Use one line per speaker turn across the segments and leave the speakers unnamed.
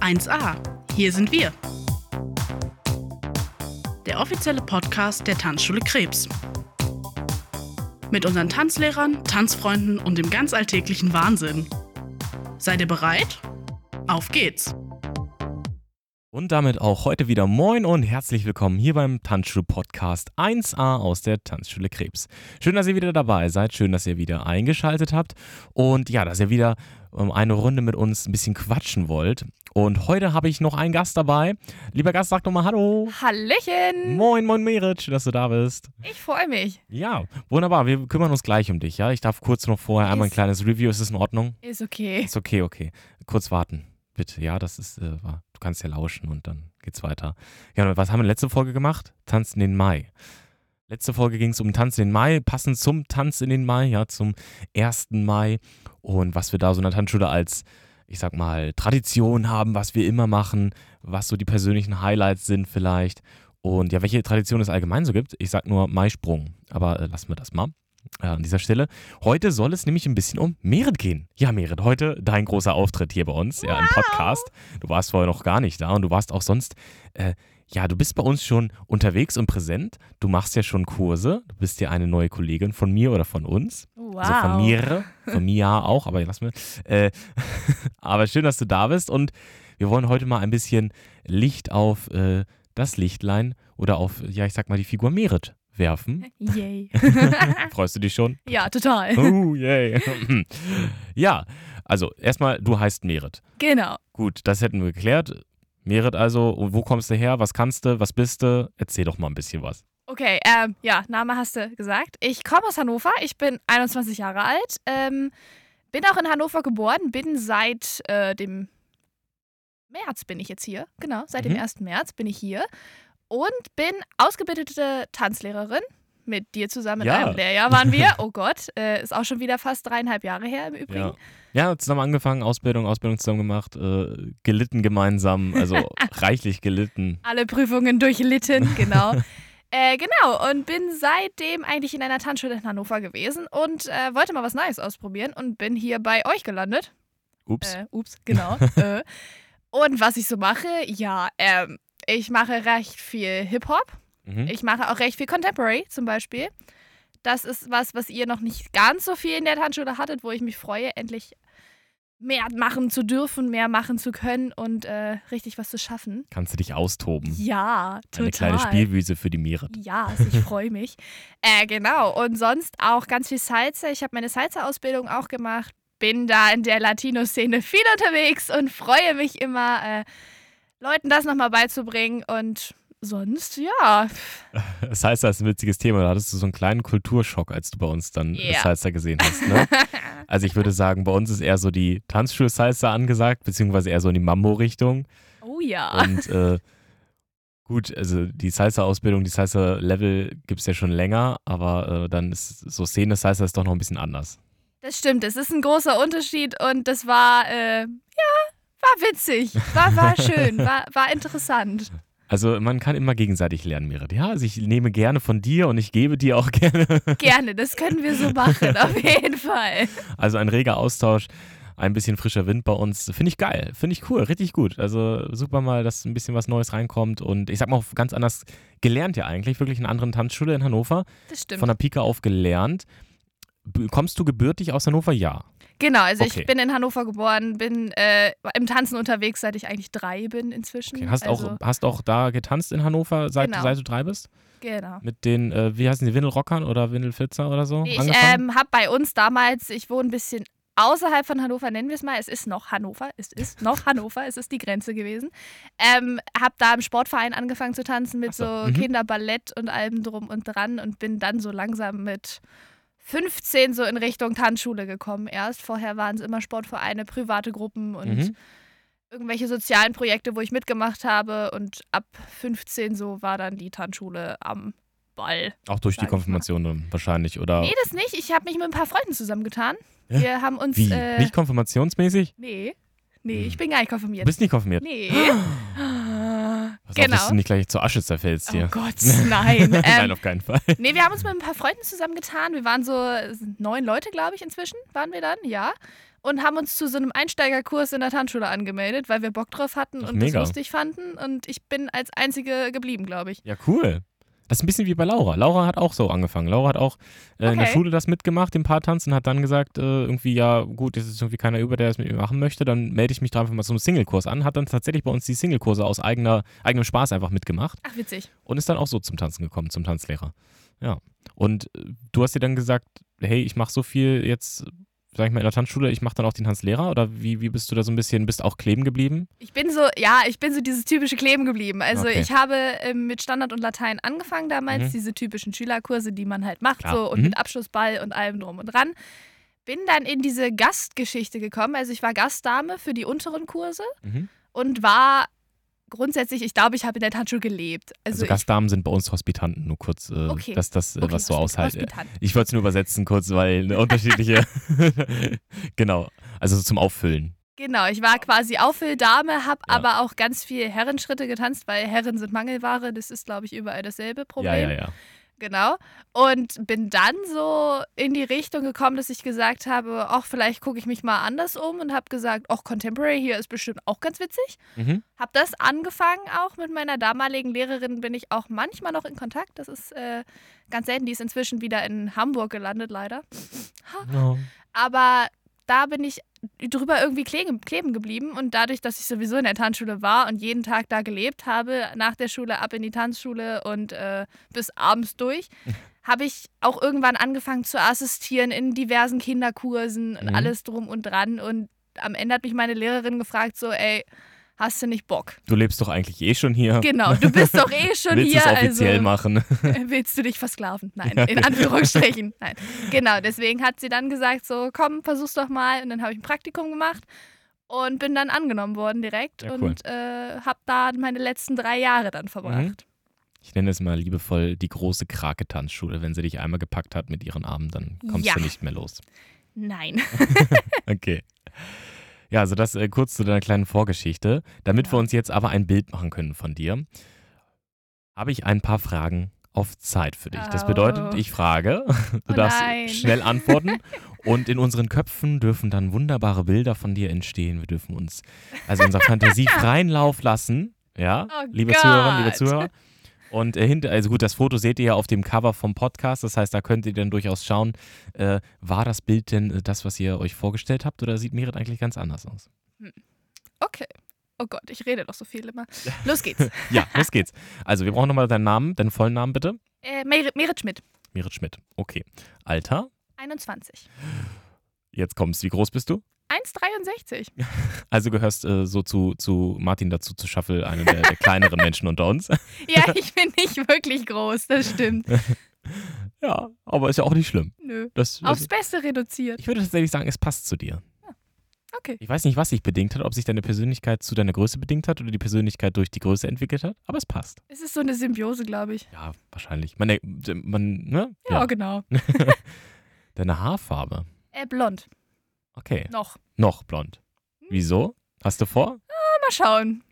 1a. Hier sind wir. Der offizielle Podcast der Tanzschule Krebs. Mit unseren Tanzlehrern, Tanzfreunden und dem ganz alltäglichen Wahnsinn. Seid ihr bereit? Auf geht's!
Und damit auch heute wieder Moin und herzlich willkommen hier beim Tanzschul-Podcast 1a aus der Tanzschule Krebs. Schön, dass ihr wieder dabei seid, schön, dass ihr wieder eingeschaltet habt und ja, dass ihr wieder ähm, eine Runde mit uns ein bisschen quatschen wollt. Und heute habe ich noch einen Gast dabei. Lieber Gast, sag doch mal Hallo.
Hallöchen!
Moin, moin Merit, schön, dass du da bist.
Ich freue mich.
Ja, wunderbar, wir kümmern uns gleich um dich, ja? Ich darf kurz noch vorher einmal ein
Ist-
kleines Review, ist das in Ordnung?
Ist okay.
Ist okay, okay. Kurz warten, bitte. Ja, das ist äh, wahr. Du kannst ja lauschen und dann geht's weiter. Ja, was haben wir letzte Folge gemacht? Tanzen in den Mai. Letzte Folge ging es um Tanz in den Mai, passend zum Tanz in den Mai, ja, zum 1. Mai. Und was wir da so in der Tanzschule als, ich sag mal, Tradition haben, was wir immer machen, was so die persönlichen Highlights sind vielleicht. Und ja, welche Tradition es allgemein so gibt. Ich sag nur Maisprung, aber äh, lassen wir das mal äh, an dieser Stelle. Heute soll es nämlich ein bisschen um Merit gehen. Ja, Merit, heute dein großer Auftritt hier bei uns, ja, im Podcast. Du warst vorher noch gar nicht da und du warst auch sonst, äh, ja, du bist bei uns schon unterwegs und präsent. Du machst ja schon Kurse. Du bist ja eine neue Kollegin von mir oder von uns.
Wow.
Also von mir, von mir auch, aber lass mir. Äh, aber schön, dass du da bist und wir wollen heute mal ein bisschen Licht auf äh, das Lichtlein oder auf, ja, ich sag mal, die Figur Merit werfen.
Yay.
Freust du dich schon?
ja, total.
Oh, yay. ja, also erstmal, du heißt Merit.
Genau.
Gut, das hätten wir geklärt. Merit also, und wo kommst du her? Was kannst du? Was bist du? Erzähl doch mal ein bisschen was.
Okay, ähm, ja, Name hast du gesagt. Ich komme aus Hannover. Ich bin 21 Jahre alt. Ähm, bin auch in Hannover geboren. Bin seit äh, dem März bin ich jetzt hier. Genau, seit
Mhm.
dem 1. März bin ich hier. Und bin ausgebildete Tanzlehrerin. Mit dir zusammen
Ja.
in einem Lehrjahr waren wir. Oh Gott, äh, ist auch schon wieder fast dreieinhalb Jahre her im Übrigen.
Ja. ja, zusammen angefangen, Ausbildung, Ausbildung zusammen gemacht, äh, gelitten gemeinsam, also reichlich gelitten.
alle Prüfungen durchlitten, genau. äh, genau, und bin seitdem eigentlich in einer Tanzschule in Hannover gewesen und äh, wollte mal was Neues ausprobieren und bin hier bei euch gelandet.
Ups.
Äh, ups, genau. äh. Und was ich so mache, ja, ähm, ich mache recht viel Hip-Hop.
Mhm.
Äh, Ich mache auch recht viel Contemporary zum Beispiel. Das ist was, was ihr noch nicht ganz so viel in der Tanzschule hattet, wo ich mich freue, endlich mehr machen zu dürfen, mehr machen zu können und äh, richtig was zu schaffen.
Kannst du dich austoben?
Ja, total.
Eine kleine Spielwiese für die Merit.
Ja, also ich freue mich. Äh, genau. Und sonst auch ganz viel Salsa. Ich habe meine Salsa-Ausbildung auch gemacht. Bin da in der Latino-Szene viel unterwegs und freue mich immer, äh, Leuten das nochmal beizubringen. Und sonst, ja.
Das heißt, das ist ein witziges Thema. Da hattest du so einen kleinen Kulturschock, als du bei uns dann
Ja.
Salsa gesehen hast. Ne? Also ich würde sagen, bei uns ist eher so die Tanzschul-Salsa angesagt, beziehungsweise eher so in die Mambo-Richtung.
Oh ja.
Und äh, gut, also die Salsa-Ausbildung, die Salsa-Level gibt es ja schon länger, aber äh, dann ist so Szene-Salsa ist doch noch ein bisschen anders.
Das stimmt. Es ist ein großer Unterschied und das war, äh, ja, war witzig. War, war schön. War, war interessant.
Also man kann immer gegenseitig lernen, Merit. Ja, also ich nehme gerne von dir und ich gebe dir auch gerne.
Gerne. Das können wir so machen, auf jeden Fall.
Also ein reger Austausch, ein bisschen frischer Wind bei uns. Finde ich geil, finde ich cool, richtig gut. Also super mal, dass ein bisschen was Neues reinkommt und ich sag mal auch ganz anders gelernt ja eigentlich, wirklich in einer anderen Tanzschule in Hannover,
Das stimmt.
von der Pike auf gelernt. B- Kommst du gebürtig aus Hannover? Ja.
Genau, also
Okay.
ich bin in Hannover geboren, bin äh, im Tanzen unterwegs, seit ich eigentlich drei bin inzwischen.
Okay. Hast,
also,
auch, hast auch da getanzt in Hannover, seit,
Genau.
seit du drei bist?
Genau.
Mit den, äh, wie heißen die, Windelrockern oder Windelflitzer oder so?
Ich
angefangen?
ähm, habe bei uns damals, ich wohne ein bisschen außerhalb von Hannover, nennen wir es mal, es ist noch Hannover, es ist noch Hannover, es ist die Grenze gewesen. Ähm, habe da im Sportverein angefangen zu tanzen mit
Ach so,
so,
mhm.
Kinderballett und allem drum und dran und bin dann so langsam mit 15 so in Richtung Tanzschule gekommen erst. Vorher waren es immer Sportvereine, private Gruppen und
Mhm.
irgendwelche sozialen Projekte, wo ich mitgemacht habe. Und ab 15 so war dann die Tanzschule am Ball.
auch durch die
sag ich mal.
Konfirmation dann wahrscheinlich, oder?
Nee, das nicht. Ich habe mich mit ein paar Freunden zusammengetan.
Ja?
Wir haben uns.
wie?
Äh,
Nicht konfirmationsmäßig?
nee. Nee, ich
Hm.
bin gar nicht
Du
konfirmiert.
bist nicht konfirmiert.
nee.
Pass auf, dass
genau.
du nicht gleich zur Asche zerfällst
Oh
hier.
Gott, nein.
Nein,
Ähm,
auf keinen Fall.
nee, wir haben uns mit ein paar Freunden zusammengetan. Wir waren so neun Leute, glaube ich, inzwischen waren wir dann, ja. und haben uns zu so einem Einsteigerkurs in der Tanzschule angemeldet, weil wir Bock drauf hatten
Ach,
und
mega.
das lustig fanden. Und ich bin als Einzige geblieben, glaube ich.
Ja, cool. Das ist ein bisschen wie bei Laura. Laura hat auch so angefangen. Laura hat auch äh, in der
Okay.
Schule das mitgemacht, den Paartanz, und hat dann gesagt, äh, irgendwie, ja, gut, jetzt ist irgendwie keiner über, der das mit mir machen möchte, dann melde ich mich da einfach mal zum Single-Kurs an. Hat dann tatsächlich bei uns die Single-Kurse aus eigener, eigenem Spaß einfach mitgemacht
Ach, witzig.
und ist dann auch so zum Tanzen gekommen, zum Tanzlehrer. Ja. Und äh, du hast dir dann gesagt, hey, ich mache so viel jetzt, sag ich mal, in der Tanzschule, ich mache dann auch den Tanzlehrer? Oder wie, wie bist du da so ein bisschen, bist auch kleben geblieben?
Ich bin so, ja, ich bin so dieses typische Kleben geblieben. Also
Okay.
ich habe ähm, mit Standard und Latein angefangen damals,
Mhm.
diese typischen Schülerkurse, die man halt macht,
Klar.
so und
Mhm.
mit Abschlussball und allem drum und dran. Bin dann in diese Gastgeschichte gekommen. Also ich war Gastdame für die unteren Kurse
Mhm.
und war grundsätzlich, ich glaube, ich habe in der Tanzschule gelebt.
Also,
Also, ich,
Gastdamen sind bei uns Hospitanten, nur kurz, äh,
Okay.
dass das, äh,
okay,
was so
Hospi-
aushält.
Hospitant.
Ich wollte es nur übersetzen kurz, weil ne, unterschiedliche. genau. Also so zum Auffüllen.
Genau, ich war quasi Auffüll-Dame, habe
Ja.
aber auch ganz viel Herrenschritte getanzt, weil Herren sind Mangelware. Das ist, glaube ich, überall dasselbe Problem.
Ja, ja, ja.
Genau. Und bin dann so in die Richtung gekommen, dass ich gesagt habe, ach, vielleicht gucke ich mich mal anders um und habe gesagt, ach, Contemporary hier ist bestimmt auch ganz witzig.
Mhm.
Habe das angefangen auch mit meiner damaligen Lehrerin, bin ich auch manchmal noch in Kontakt. Das ist äh, ganz selten, die ist inzwischen wieder in Hamburg gelandet, leider. Aber da bin ich drüber irgendwie kleben, kleben geblieben und dadurch, dass ich sowieso in der Tanzschule war und jeden Tag da gelebt habe, nach der Schule ab in die Tanzschule und äh, bis abends durch, habe ich auch irgendwann angefangen zu assistieren in diversen Kinderkursen und
Mhm.
alles drum und dran und am Ende hat mich meine Lehrerin gefragt so, ey, hast du nicht Bock?
Du lebst doch eigentlich eh schon hier.
Genau, du bist doch eh schon
Willst du
hier,
es offiziell
also
machen?
willst du dich versklaven? Nein, in Anführungsstrichen. Nein. Genau, deswegen hat sie dann gesagt, so komm, versuch's doch mal. Und dann habe ich ein Praktikum gemacht und bin dann angenommen worden direkt
Ja, cool.
und äh, habe da meine letzten drei Jahre dann verbracht.
Ich nenne es mal liebevoll die große Krake-Tanzschule. Wenn sie dich einmal gepackt hat mit ihren Armen, dann kommst
Ja.
du nicht mehr los. Mhm.
Nein.
Okay. Ja, also das äh, kurz zu deiner kleinen Vorgeschichte. Damit
Ja.
wir uns jetzt aber ein Bild machen können von dir, habe ich ein paar Fragen auf Zeit für dich. Das
Oh.
bedeutet, ich frage, du
Oh
darfst
nein.
schnell antworten und in unseren Köpfen dürfen dann wunderbare Bilder von dir entstehen. Wir dürfen uns, also unserer Fantasie freien Lauf lassen. Ja,
Oh
liebe Zuhörerinnen, liebe
Gott.
Zuhörer. Und äh, hinter, also gut, das Foto seht ihr ja auf dem Cover vom Podcast. Das heißt, da könnt ihr dann durchaus schauen, äh, war das Bild denn äh, das, was ihr euch vorgestellt habt, oder sieht Merit eigentlich ganz anders aus?
Okay. Oh Gott, ich rede doch so viel immer. Los geht's.
Ja, los geht's. Also, wir brauchen nochmal deinen Namen, deinen vollen Namen bitte.
Äh, Merit, Merit Schmidt,
Merit Schmidt. Okay. Alter,
21.
jetzt kommst. Wie groß bist du?
1,63.
Also gehörst äh, so zu, zu Martin dazu, zu Schaffel, einem der, der kleineren Menschen unter uns.
Ja, ich bin nicht wirklich groß, das stimmt.
Ja, aber ist ja auch nicht schlimm.
Nö.
Das, das,
Aufs Beste reduziert.
ich würde tatsächlich sagen, es passt zu dir.
Okay.
Ich weiß nicht, was sich bedingt hat, ob sich deine Persönlichkeit zu deiner Größe bedingt hat oder die Persönlichkeit durch die Größe entwickelt hat, aber es passt.
Es ist so eine Symbiose, glaube ich.
Ja, wahrscheinlich. Man, man, ne?
Ja, genau.
Deine Haarfarbe.
Äh, blond.
Okay.
Noch.
Noch blond. Wieso? Hast du vor?
Mal schauen.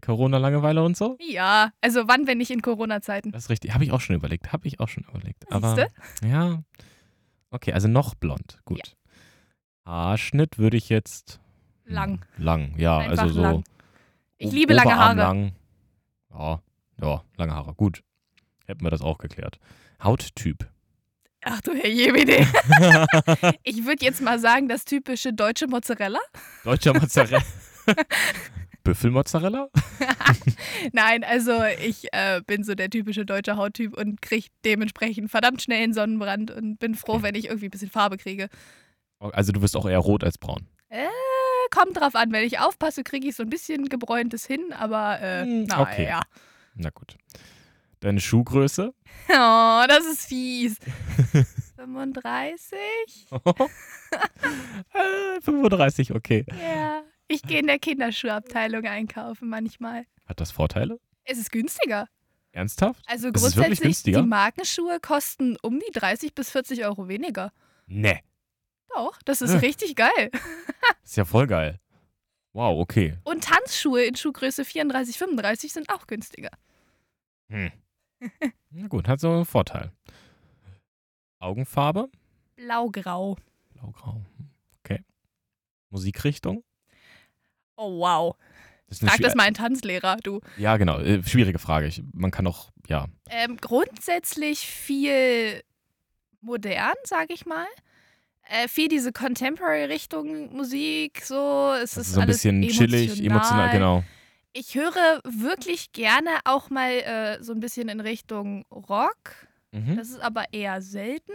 Corona-Langeweile und so?
Ja, also wann, wenn nicht in Corona-Zeiten?
Das ist richtig. Habe ich auch schon überlegt. Habe ich auch schon überlegt. Aber
Siehste?
ja. Okay, also noch blond. Gut. Haarschnitt würde ich jetzt hm,
Lang.
Lang, ja,
Einfach
also so.
lang. Ich
O-
liebe lange
Oberarm
Haare.
Lang. Ja, ja, lange Haare. Gut. Hätten wir das auch geklärt. Hauttyp.
Ach du Herr Jemine. ich würde jetzt mal sagen, das typische deutsche Mozzarella.
Deutscher Mozzarella. Büffelmozzarella?
Nein, also ich äh, bin so der typische deutsche Hauttyp und kriege dementsprechend verdammt schnell einen Sonnenbrand und bin froh, wenn ich irgendwie ein bisschen Farbe kriege.
Also du wirst auch eher rot als braun.
Äh, kommt drauf an, wenn ich aufpasse, kriege ich so ein bisschen gebräuntes hin, aber äh,
Hm,
na
okay.
ja.
Na gut. Deine Schuhgröße?
Oh, das ist fies. 35?
Äh, 35, okay.
Ja. Ich gehe in der Kinderschuhabteilung einkaufen manchmal.
Hat das Vorteile?
Es ist günstiger.
Ernsthaft?
Also
Ist es wirklich
grundsätzlich,
günstiger?
die Markenschuhe kosten um die 30 bis 40 Euro weniger.
Nee.
Doch, das ist
Ja.
richtig geil.
Ist ja voll geil. Wow, okay.
Und Tanzschuhe in Schuhgröße 34, 35 sind auch günstiger.
Hm. Na gut, hat so einen Vorteil. Augenfarbe?
Blaugrau.
Blaugrau. Okay. Musikrichtung?
Oh, wow.
Das ist eine
Frag
schwi-
das mal einen Tanzlehrer, du.
Ja, genau. Äh, schwierige Frage. Ich, man kann auch, ja.
Ähm, grundsätzlich viel modern, sage ich mal. Äh, viel diese Contemporary-Richtung Musik, so.
Das
Es ist
ist Also so ein
alles
bisschen chillig, emotional, genau.
Ich höre wirklich gerne auch mal äh, so ein bisschen in Richtung Rock.
Mhm.
Das ist aber eher selten.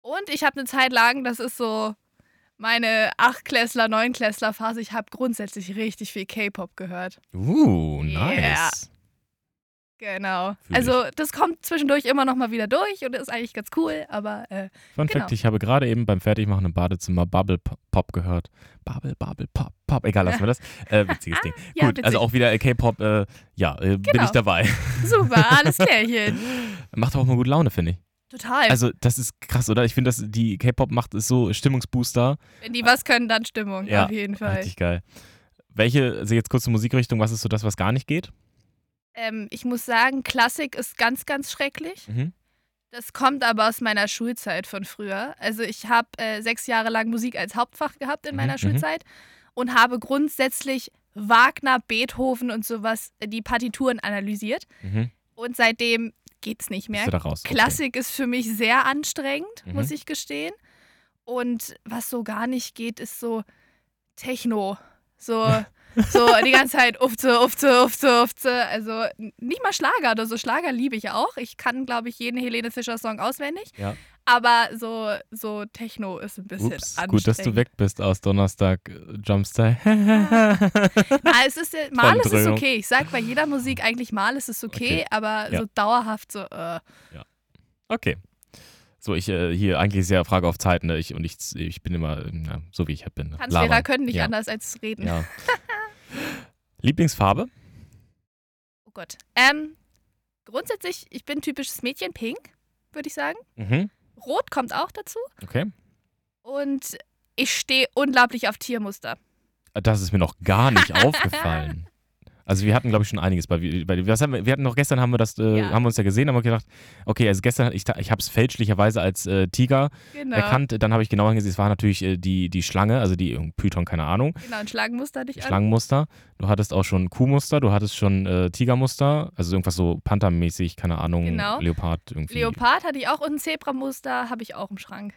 Und ich habe eine Zeit lang, das ist so meine Achtklässler, Neunklässler-Phase, ich habe grundsätzlich richtig viel K-Pop gehört.
Uh, nice.
Yeah. Genau.
Fühl
also das kommt zwischendurch immer noch mal wieder durch und ist eigentlich ganz cool, aber äh,
Fun
Genau.
Fact, ich habe gerade eben beim Fertigmachen im Badezimmer Bubble P- Pop gehört. Bubble, Bubble, Pop, Pop. Egal, lassen wir das. Äh, witziges Ding.
Ja,
Gut,
witzig.
also auch wieder äh, K-Pop, äh, ja, äh, bin
Genau. Äh,
ich dabei.
super, alles klärchen.
Macht auch mal gute Laune, finde ich.
Total.
Also das ist krass, oder? Ich finde, dass die K-Pop macht ist so Stimmungsbooster.
Wenn die was können, dann Stimmung,
Ja,
auf jeden Fall.
Richtig geil. Welche, also jetzt kurz zur Musikrichtung, was ist so das, was gar nicht geht?
Ähm, ich muss sagen, Klassik ist ganz, ganz schrecklich.
Mhm.
Das kommt aber aus meiner Schulzeit von früher. Also ich habe äh, sechs Jahre lang Musik als Hauptfach gehabt in
Mhm,
meiner
mhm.
Schulzeit und habe grundsätzlich Wagner, Beethoven und sowas, äh, die Partituren analysiert.
Mhm.
Und seitdem geht's nicht mehr.
Bist du da raus? Okay.
Klassik ist für mich sehr anstrengend,
Mhm.
muss ich gestehen. Und was so gar nicht geht, ist so Techno. So, so die ganze Zeit ufze, ufze, ufze, ufze. Also n- nicht mal Schlager oder so. Schlager liebe ich auch. Ich kann, glaube ich, jeden Helene Fischer-Song auswendig.
Ja.
Aber so, so Techno ist ein bisschen
Ups,
anstrengend.
gut, dass du weg bist aus Donnerstag äh, Jumpstyle.
Ah, es ist, ja- mal ist es
Träumdrehung.
okay. Ich sag bei jeder Musik eigentlich mal ist es okay,
Okay.
aber
Ja.
so dauerhaft so, äh,
okay. So, ich äh, hier eigentlich ist ja Frage auf Zeit, ne? Ich, und ich, ich bin immer ähm, ja, so wie ich halt bin. ne?
Tanzlehrer
Labern.
können nicht
ja.
anders als reden.
Ja. Lieblingsfarbe?
Oh Gott. Ähm, grundsätzlich, ich bin typisches Mädchen, pink, würde ich sagen.
Mhm.
Rot kommt auch dazu.
Okay.
Und ich stehe unglaublich auf Tiermuster.
Das ist mir noch gar nicht aufgefallen. Also wir hatten, glaube ich, schon einiges bei, bei was haben wir, wir hatten noch gestern haben wir das, äh,
Ja.
haben wir uns ja gesehen, haben wir gedacht, okay, also gestern ich, ich habe es fälschlicherweise als äh, Tiger
Genau.
erkannt, dann habe ich genau hingesehen, es war natürlich äh, die, die Schlange, also die irgendein Python, keine Ahnung,
Genau, und Schlagenmuster dich an.
Schlangenmuster. Du hattest auch schon Kuhmuster, du hattest schon äh, Tigermuster, also irgendwas so Panthermäßig, keine Ahnung,
Genau.
Leopard irgendwie.
Leopard hatte ich auch und ein Zebramuster habe ich auch im Schrank.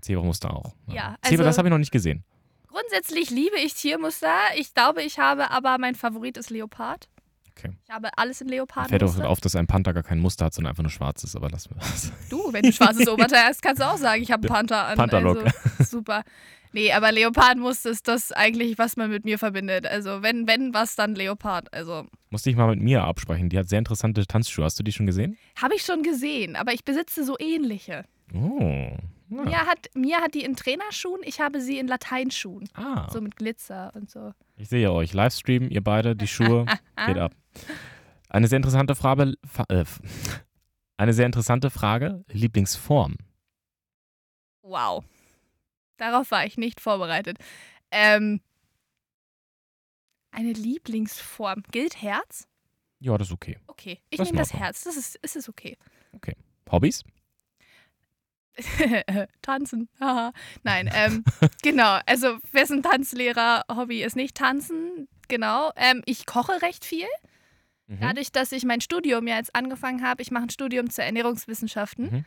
Zebramuster auch.
Ja,
Zebra,
also-
das habe ich noch nicht gesehen.
Grundsätzlich liebe ich Tiermuster. Ich glaube, ich habe aber mein Favorit ist Leopard.
Okay.
Ich habe alles in
Mir fällt auch
Leopardmuster.
auf, dass ein Panther gar kein Muster hat, sondern einfach nur schwarz ist, aber lassen wir das.
Du, wenn du ein schwarzes Oberteil hast, kannst du auch sagen, ich habe einen Panther an.
Pantherlock.
Also, super. Nee, aber Leopardmuster ist das eigentlich, was man mit mir verbindet. Also wenn, wenn was, dann Leopard. Also
Musste ich mal mit Mia absprechen. Die hat sehr interessante Tanzschuhe. Hast du die schon gesehen?
Habe ich schon gesehen, aber ich besitze so ähnliche.
Oh. Ja.
Mia, hat, Mia hat die in Trainerschuhen, ich habe sie in Lateinschuhen.
Ah.
So mit Glitzer und so. Ah,
Ich sehe euch. Livestream, ihr beide, die Schuhe. geht ab. Eine sehr interessante Frage. Fa- Äh, eine sehr interessante Frage. Lieblingsform.
Wow. Darauf war ich nicht vorbereitet. Ähm, eine Lieblingsform. Gilt Herz?
Ja, das ist okay.
Okay. Ich
Das ist in
nehme das
Ordnung.
Herz. Das ist, ist es okay.
Hobbys?
tanzen. Haha. Nein, ähm, genau. Also, wessen Tanzlehrer Hobby ist nicht tanzen? Genau. Ähm, ich koche recht viel.
Mhm.
Dadurch, dass ich mein Studium ja jetzt angefangen habe, ich mache ein Studium zu Ernährungswissenschaften
Mhm.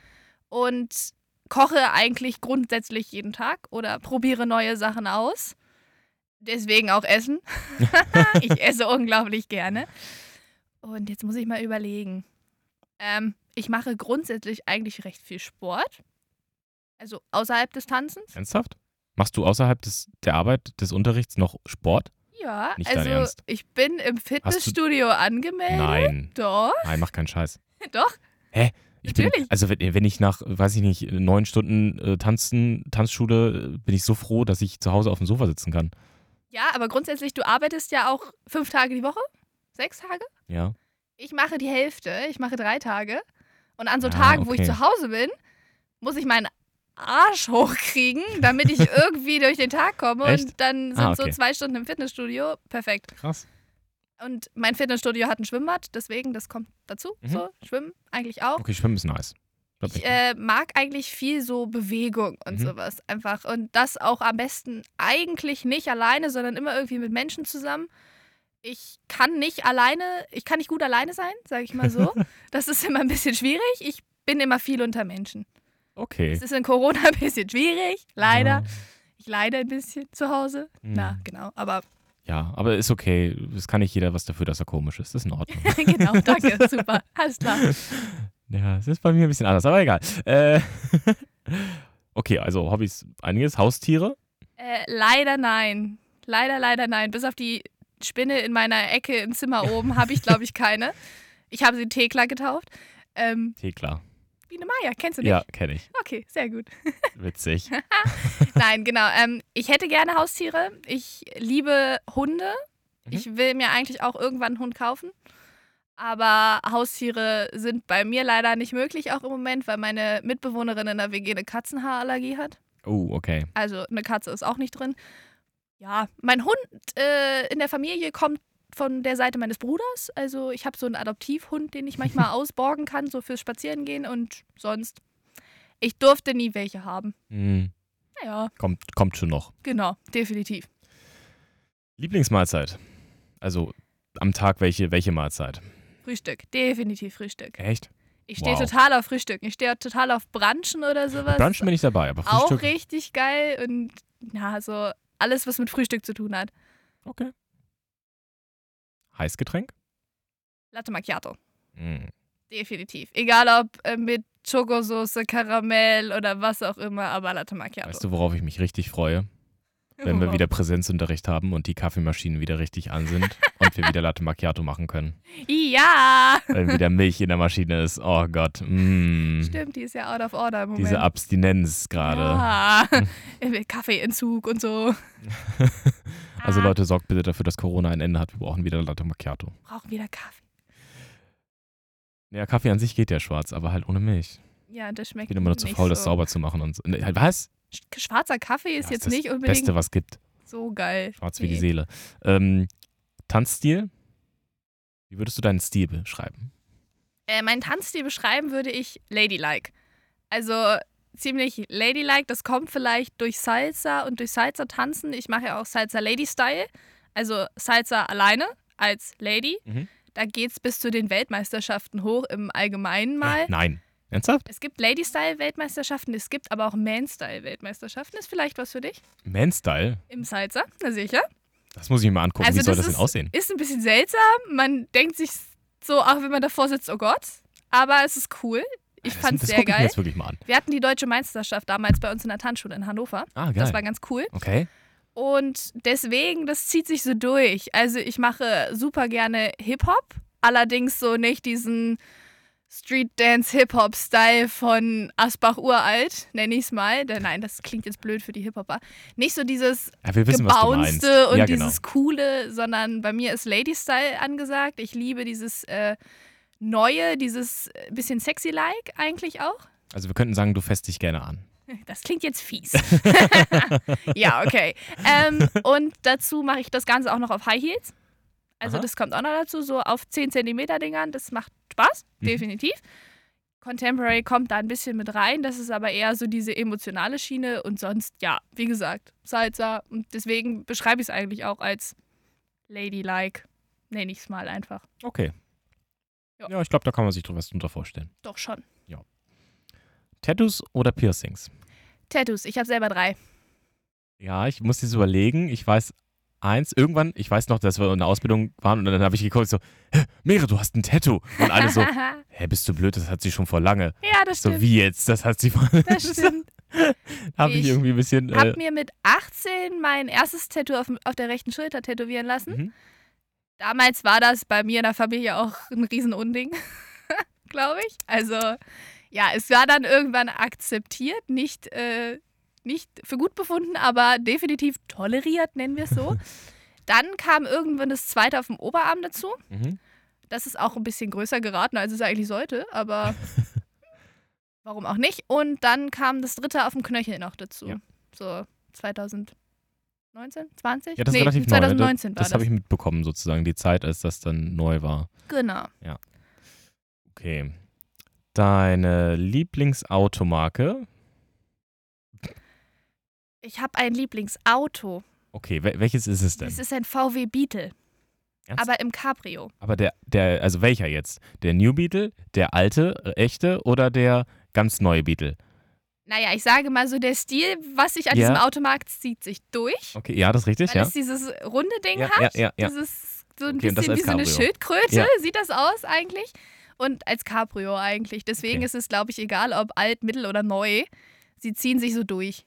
und koche eigentlich grundsätzlich jeden Tag oder probiere neue Sachen aus. Deswegen auch Essen. ich esse unglaublich gerne. Und jetzt muss ich mal überlegen. Ähm, ich mache grundsätzlich eigentlich recht viel Sport. Also außerhalb des Tanzens.
Ernsthaft? Machst du außerhalb des, der Arbeit, des Unterrichts noch Sport?
Ja,
Nicht dein
also
Ernst.
ich bin im Fitnessstudio angemeldet.
Nein.
Doch,
Nein, mach keinen Scheiß.
Äh, ne. doch.
Ich bin,
Natürlich.
also wenn, wenn ich nach, weiß ich nicht, neun Stunden äh, Tanzen, Tanzschule, äh, bin ich so froh, dass ich zu Hause auf dem Sofa sitzen kann.
Ja, aber grundsätzlich, du arbeitest ja auch fünf Tage die Woche, sechs Tage.
Ja.
Ich mache die Hälfte, ich mache drei Tage. Und an so
Ah,
Tagen, wo ich
okay.
zu Hause bin, muss ich meinen Arsch hochkriegen, damit ich irgendwie durch den Tag komme.
Echt?
Und dann sind
Ah, okay.
so zwei Stunden im Fitnessstudio perfekt.
Krass.
Und mein Fitnessstudio hat ein Schwimmbad, deswegen, das kommt dazu.
Mhm.
So, Schwimmen eigentlich auch.
Okay, Schwimmen ist nice. Glaub
Ich
nicht. ne?
äh, mag eigentlich viel so Bewegung und
Mhm.
sowas einfach. Und das auch am besten eigentlich nicht alleine, sondern immer irgendwie mit Menschen zusammen. Ich kann nicht alleine, ich kann nicht gut alleine sein, sage ich mal so. das ist immer ein bisschen schwierig. Ich bin immer viel unter Menschen.
okay.
Es ist in Corona ein bisschen schwierig, leider.
Ja.
Ich leide ein bisschen zu Hause. Na,
Mhm.
genau. Aber
Ja, aber ist okay. Es kann nicht jeder was dafür, dass er komisch ist. Das ist in Ordnung.
genau, danke, super. Alles klar.
ja, es ist bei mir ein bisschen anders, aber egal. Äh, okay, also Hobbys einiges. Haustiere?
Äh, leider nein. Leider, leider nein. Bis auf die Spinne in meiner Ecke im Zimmer oben habe ich, glaube ich, keine. Ich habe sie Thekla getauft. Ähm,
Thekla.
Biene Maya, kennst du nicht?
Ja, kenne ich.
Okay, sehr gut.
Witzig.
Nein, genau. Ähm, ich hätte gerne Haustiere. Ich liebe Hunde.
Mhm.
Ich will mir eigentlich auch irgendwann einen Hund kaufen. Aber Haustiere sind bei mir leider nicht möglich, auch im Moment, weil meine Mitbewohnerin in der WG eine Katzenhaarallergie hat.
Oh, okay.
Also eine Katze ist auch nicht drin. Ja, mein Hund äh, in der Familie kommt von der Seite meines Bruders. Also ich habe so einen Adoptivhund, den ich manchmal ausborgen kann, so fürs Spazierengehen und sonst. Ich durfte nie welche haben.
Hm,
Naja,
kommt, kommt schon noch.
genau, definitiv.
Lieblingsmahlzeit? Also am Tag welche, welche Mahlzeit?
Frühstück, definitiv Frühstück.
Echt?
Ich stehe
Wow.
total auf Frühstück. Ich stehe total auf Brunchen oder sowas.
Brunch bin ich dabei, aber
auch
Frühstück.
richtig geil und na, so alles, was mit Frühstück zu tun hat.
Okay. Heißgetränk?
Latte Macchiato.
Hm.
Definitiv. Egal ob äh, mit Schokosauce, Karamell oder was auch immer, aber Latte Macchiato.
Weißt du, worauf ich mich richtig freue? Wenn wir wieder Präsenzunterricht haben und die Kaffeemaschinen wieder richtig an sind und wir wieder Latte Macchiato machen können.
Ja!
Weil wieder Milch in der Maschine ist. Oh Gott. mm.
Stimmt, die ist ja out of order im Moment.
Diese Mhm. Abstinenz gerade.
Ja. Kaffeeentzug und so.
Also
Ah,
Leute, sorgt bitte dafür, dass Corona ein Ende hat. Wir brauchen wieder Latte Macchiato.
Brauchen wieder Kaffee.
Ja, Kaffee an sich geht ja schwarz, aber halt ohne Milch.
Ja, das
Ich
schmeckt
bin immer nur zu
nicht
faul,
so.
das sauber zu machen. Und so. Nee, halt, was?
Sch- Schwarzer Kaffee ist
Ja,
jetzt
das
nicht unbedingt
Beste, was gibt.
so geil.
Schwarz wie die Seele. Ähm, Tanzstil? Wie würdest du deinen Stil beschreiben?
äh, meinen Tanzstil beschreiben würde ich ladylike. Also ziemlich ladylike, das kommt vielleicht durch Salsa und durch Salsa tanzen. Ich mache ja auch Salsa Lady Style, also Salsa alleine als Lady.
Mhm.
Da geht's bis zu den Weltmeisterschaften hoch im Allgemeinen mal.
Äh, Nein. Ernsthaft?
Es gibt Lady Style Weltmeisterschaften, es gibt aber auch Man Style Weltmeisterschaften. Ist vielleicht was für dich
Man-Style?
im Salsa, na sicher.
Das muss ich mir mal angucken.
Also
wie soll
das
das denn
ist-
aussehen?
Ist ein bisschen seltsam. Man denkt sich so, auch wenn man davor sitzt, oh Gott. Aber es ist cool. Ich
das
fand's
das
sehr
gucke ich mir
geil.
jetzt wirklich mal an.
Wir hatten die deutsche Meisterschaft damals bei uns in der Tanzschule in Hannover.
Ah,
Das war
geil.
ganz cool.
Okay.
Und deswegen, das zieht sich so durch. Also ich mache super gerne Hip-Hop, allerdings so nicht diesen Street-Dance-Hip-Hop-Style von Asbach Uralt, nenne ich es mal. Denn nein, das klingt jetzt blöd für die Hip-Hopper. Nicht so dieses
Ja, wir wissen, was du meinst.
Gebounste und
ja, genau.
dieses Coole, sondern bei mir ist Lady-Style angesagt. Ich liebe dieses äh, Neue, dieses äh, bisschen sexy-like eigentlich auch.
Also wir könnten sagen, du fässt dich gerne an.
Das klingt jetzt fies. ja, okay. Ähm, und dazu mache ich das Ganze auch noch auf High Heels. Also
Aha.
das kommt auch noch dazu, so auf 10 Zentimeter Dingern. Das macht Spaß,
Mhm.
definitiv. Contemporary kommt da ein bisschen mit rein. Das ist aber eher so diese emotionale Schiene und sonst, ja, wie gesagt, Salsa. Und deswegen beschreibe ich es eigentlich auch als Ladylike. Nenne ich es mal einfach.
Okay.
Ja.
Ja, ich glaube, da kann man sich drüber was drunter vorstellen.
Doch schon.
Tattoos oder Piercings?
Tattoos, ich habe selber drei.
Ja, ich muss jetzt überlegen. Ich weiß eins, irgendwann, ich weiß noch, dass wir in der Ausbildung waren und dann habe ich geguckt, so, "Hä, Mira, du hast ein Tattoo. Und alle so,
ja,
hä, bist du blöd, das hat sie schon vor lange.
das
Also So
stimmt.
wie jetzt, das hat sie vor
das stimmt.
Habe ich
Ich
irgendwie ein bisschen. Äh,
Hab mir mit 18 mein erstes Tattoo auf, auf der rechten Schulter tätowieren lassen.
mhm.
Damals war das bei mir in der Familie auch ein Riesenunding, glaube ich. Also ja, es war dann irgendwann akzeptiert, nicht, äh, nicht für gut befunden, aber definitiv toleriert, nennen wir es so. dann kam irgendwann das zweite auf dem Oberarm dazu.
Mhm.
Das ist auch ein bisschen größer geraten, als es eigentlich sollte, aber warum auch nicht. Und dann kam das dritte auf dem Knöchel noch dazu.
Ja.
So 2019, 20?
Ja, das ist
nee,
relativ neu, ne?
2019
Das
war
habe ich mitbekommen, sozusagen, die Zeit, als das dann neu war.
Genau.
Okay. deine Lieblingsautomarke?
Ich habe ein Lieblingsauto.
Okay, wel- welches ist es denn?
Es ist ein VW Beetle.
Ernst?
Aber im Cabrio.
Aber der, der, also welcher jetzt? Der New Beetle, der alte, äh, echte oder der ganz neue Beetle?
Naja, ich sage mal so, der Stil, was sich an
Ja.
diesem Automarkt zieht, sich durch.
Okay, ja, das ist richtig,
Weil
ja.
es dieses runde Ding
Ja,
hat.
ja, ja, ja.
Dieses, so ein
Okay, und das
bisschen
als
wie so eine
Cabrio.
Schildkröte
Ja.
sieht das aus eigentlich. Und als Cabrio eigentlich. Deswegen
Okay.
ist es, glaube ich, egal, ob alt, mittel oder neu. Sie ziehen sich so durch.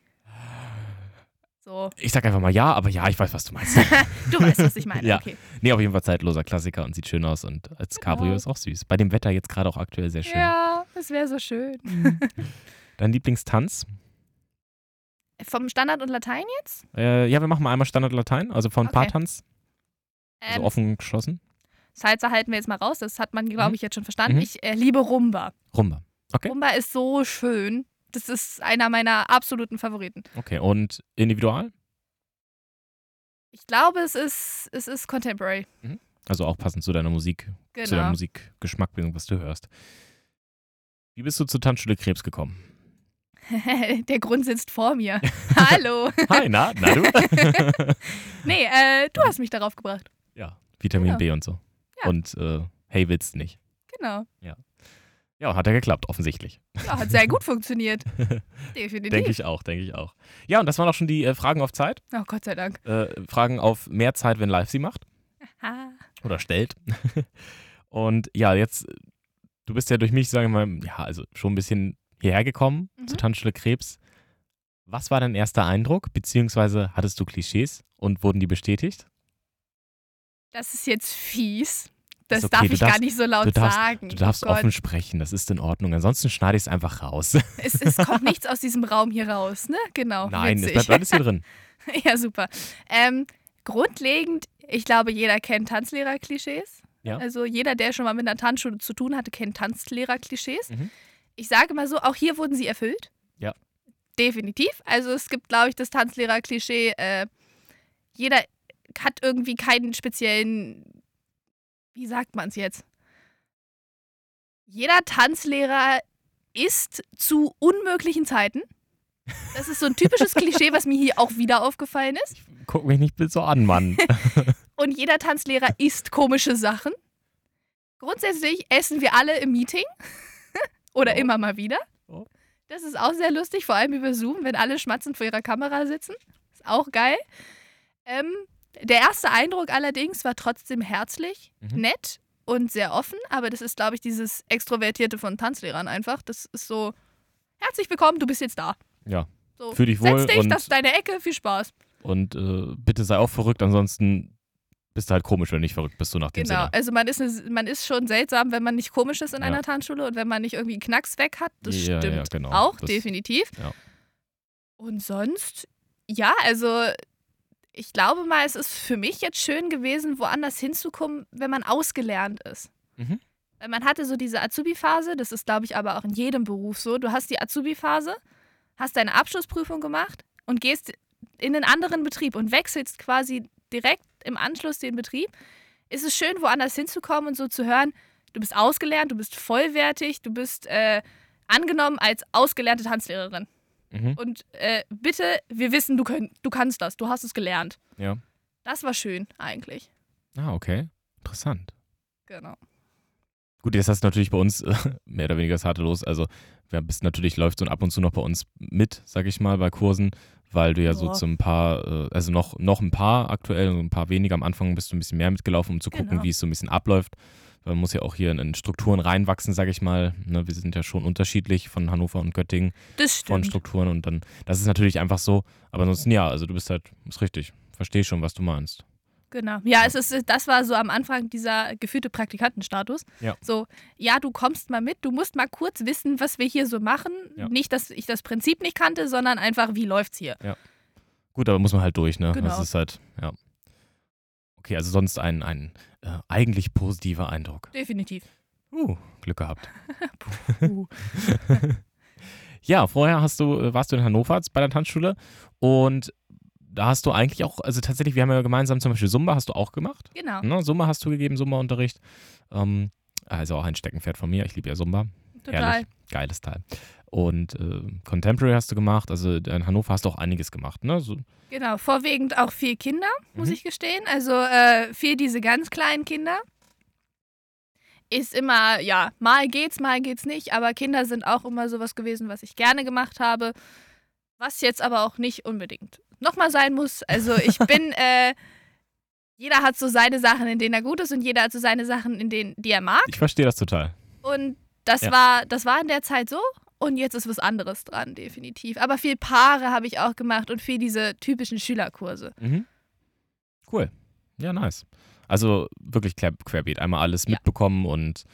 So,
Ich sag einfach mal ja, aber ja, ich weiß, was du meinst.
du weißt, was ich meine.
Ja.
Okay.
nee, auf jeden Fall zeitloser Klassiker und sieht schön aus und als Cabrio
Genau.
ist auch süß. Bei dem Wetter jetzt gerade auch aktuell sehr schön.
Ja, das wäre so schön.
Dein Lieblingstanz?
Vom Standard und Latein jetzt?
Äh, ja, wir machen mal einmal Standard Latein, also von
Okay.
Paartanz, also
Ähm,
offen geschlossen.
Salsa halten wir jetzt mal raus. Das hat man, glaube
Mhm.
ich, jetzt schon verstanden.
Mhm.
Ich äh, liebe Rumba.
Rumba. Okay.
Rumba ist so schön. Das ist einer meiner absoluten Favoriten.
Okay, und individual?
Ich glaube, es ist, es ist Contemporary.
Also auch passend zu deiner Musik, zu
Genau.
deinem Musikgeschmack, was du hörst. Wie bist du zur Tanzschule Krebs gekommen?
Der Grund sitzt vor mir. Hallo.
Hi, na, na du?
Nee, äh, du hast mich darauf gebracht.
ja, Vitamin
Ja.
B und so.
Ja.
Und äh, hey, willst nicht.
Genau.
Ja, hat ja geklappt, offensichtlich.
Ja, hat sehr gut funktioniert. Definitiv.
Denke ich auch, denke ich auch. Ja, und das waren auch schon die äh, Fragen auf Zeit.
Oh, Gott sei Dank.
Äh, Fragen auf mehr Zeit, wenn live sie macht.
Ha.
oder stellt. Und ja, jetzt, äh, du bist ja durch mich, sagen wir mal, ja, also schon ein bisschen hierher gekommen
Mhm.
zur Tanzschule Krebs. Was war dein erster Eindruck, beziehungsweise hattest du Klischees und wurden die bestätigt?
Das ist jetzt fies. Das
Ist okay,
darf
du
ich
darfst-
gar nicht so laut
du darfst-
sagen.
Du darfst
oh Gott.
offen sprechen, das ist in Ordnung. Ansonsten schneide ich es einfach raus.
Es, es kommt nichts aus diesem Raum hier raus, ne? Genau.
Nein, es
witzig.
bleibt alles hier drin.
Ja, super. Ähm, grundlegend, ich glaube, jeder kennt Tanzlehrer-Klischees.
Ja.
Also jeder, der schon mal mit einer Tanzschule zu tun hatte, kennt Tanzlehrer-Klischees.
Mhm.
Ich sage mal so, auch hier wurden sie erfüllt.
Ja.
Definitiv. Also es gibt, glaube ich, das Tanzlehrer-Klischee, äh, jeder hat irgendwie keinen speziellen, wie sagt man es jetzt? Jeder Tanzlehrer ist zu unmöglichen Zeiten. Das ist so ein typisches Klischee, was mir hier auch wieder aufgefallen ist.
Guck mich nicht so an, Mann.
Und jeder Tanzlehrer isst komische Sachen. Grundsätzlich essen wir alle im Meeting oder
Ja.
immer mal wieder.
Ja.
Das ist auch sehr lustig, vor allem über Zoom, wenn alle schmatzend vor ihrer Kamera sitzen. Ist auch geil. Ähm, der erste Eindruck allerdings war trotzdem herzlich,
Mhm.
nett und sehr offen, aber das ist, glaube ich, dieses Extrovertierte von Tanzlehrern einfach. Das ist so, herzlich willkommen, du bist jetzt da.
Ja.
So,
Fühl dich wohl
Setz dich,
und-
das ist deine Ecke, viel Spaß.
Und äh, bitte sei auch verrückt, ansonsten bist du halt komisch, wenn du nicht verrückt bist, so nach dem
Genau,
Sinne.
also man ist, eine, man ist schon seltsam, wenn man nicht komisch ist in
Ja.
einer Tanzschule und wenn man nicht irgendwie einen Knacks weg hat. Das
Ja, ja,
stimmt
genau.
auch,
Das-
definitiv.
ja.
Und sonst, ja, also ich glaube mal, es ist für mich jetzt schön gewesen, woanders hinzukommen, wenn man ausgelernt ist.
Mhm.
Weil man hatte so diese Azubi-Phase, das ist, glaube ich, aber auch in jedem Beruf so. Du hast die Azubi-Phase, hast deine Abschlussprüfung gemacht und gehst in einen anderen Betrieb und wechselst quasi direkt im Anschluss den Betrieb, ist es schön, woanders hinzukommen und so zu hören, du bist ausgelernt, du bist vollwertig, du bist äh, angenommen als ausgelernte Tanzlehrerin.
Mhm.
Und äh, bitte, wir wissen, du, könnt, du kannst das, du hast es gelernt.
Ja.
Das war schön eigentlich.
Ah, okay. Interessant.
Genau.
Gut, jetzt hast du natürlich bei uns äh, mehr oder weniger das harte Los. Also, wer bist natürlich läuft so ab und zu noch bei uns mit, sag ich mal, bei Kursen, weil du ja so
Ja.
zum paar, äh, also noch, noch ein paar aktuell und ein paar weniger. Am Anfang bist du ein bisschen mehr mitgelaufen, um zu gucken,
Genau.
wie es so ein bisschen abläuft. Weil man muss ja auch hier in, in Strukturen reinwachsen, sag ich mal. Ne, wir sind ja schon unterschiedlich von Hannover und Göttingen,
Das
von
stimmt.
Strukturen und dann, das ist natürlich einfach so. Aber ansonsten ja, also du bist halt, ist richtig. Verstehe schon, was du meinst.
Genau. Ja, es ist, das war so am Anfang dieser gefühlte Praktikantenstatus.
Ja.
So, ja, du kommst mal mit, du musst mal kurz wissen, was wir hier so machen.
Ja.
Nicht, dass ich das Prinzip nicht kannte, sondern einfach, wie läuft's hier.
Gut, aber muss man halt durch, ne? Das
Genau.
ist halt, ja. Okay, also sonst ein, ein äh, eigentlich positiver Eindruck.
Definitiv.
Uh, Glück gehabt.
Uh.
Ja, vorher hast du, äh, warst du in Hannover bei der Tanzschule und da hast du eigentlich auch, also tatsächlich, wir haben ja gemeinsam zum Beispiel Zumba hast du auch gemacht.
Genau.
Ne? Zumba hast du gegeben, Zumba-Unterricht. Ähm, also auch ein Steckenpferd von mir, ich liebe ja Zumba.
Total.
Herrlich. Geiles Teil. Und äh, Contemporary hast du gemacht, also in Hannover hast du auch einiges gemacht, ne? So,
Genau, vorwiegend auch viel Kinder, muss
Mhm.
ich gestehen. Also äh, viel diese ganz kleinen Kinder. Ist immer, ja, mal geht's, mal geht's nicht, aber Kinder sind auch immer sowas gewesen, was ich gerne gemacht habe, was jetzt aber auch nicht unbedingt nochmal sein muss. Also ich bin, äh, jeder hat so seine Sachen, in denen er gut ist und jeder hat so seine Sachen, in denen, die er mag.
ich verstehe das total.
Und das
Ja.
war, das war in der Zeit so. Und jetzt ist was anderes dran, definitiv. Aber viel Paare habe ich auch gemacht und viel diese typischen Schülerkurse.
Mhm. Cool. Ja, nice. Also wirklich quer, querbeet, einmal alles
Ja.
mitbekommen und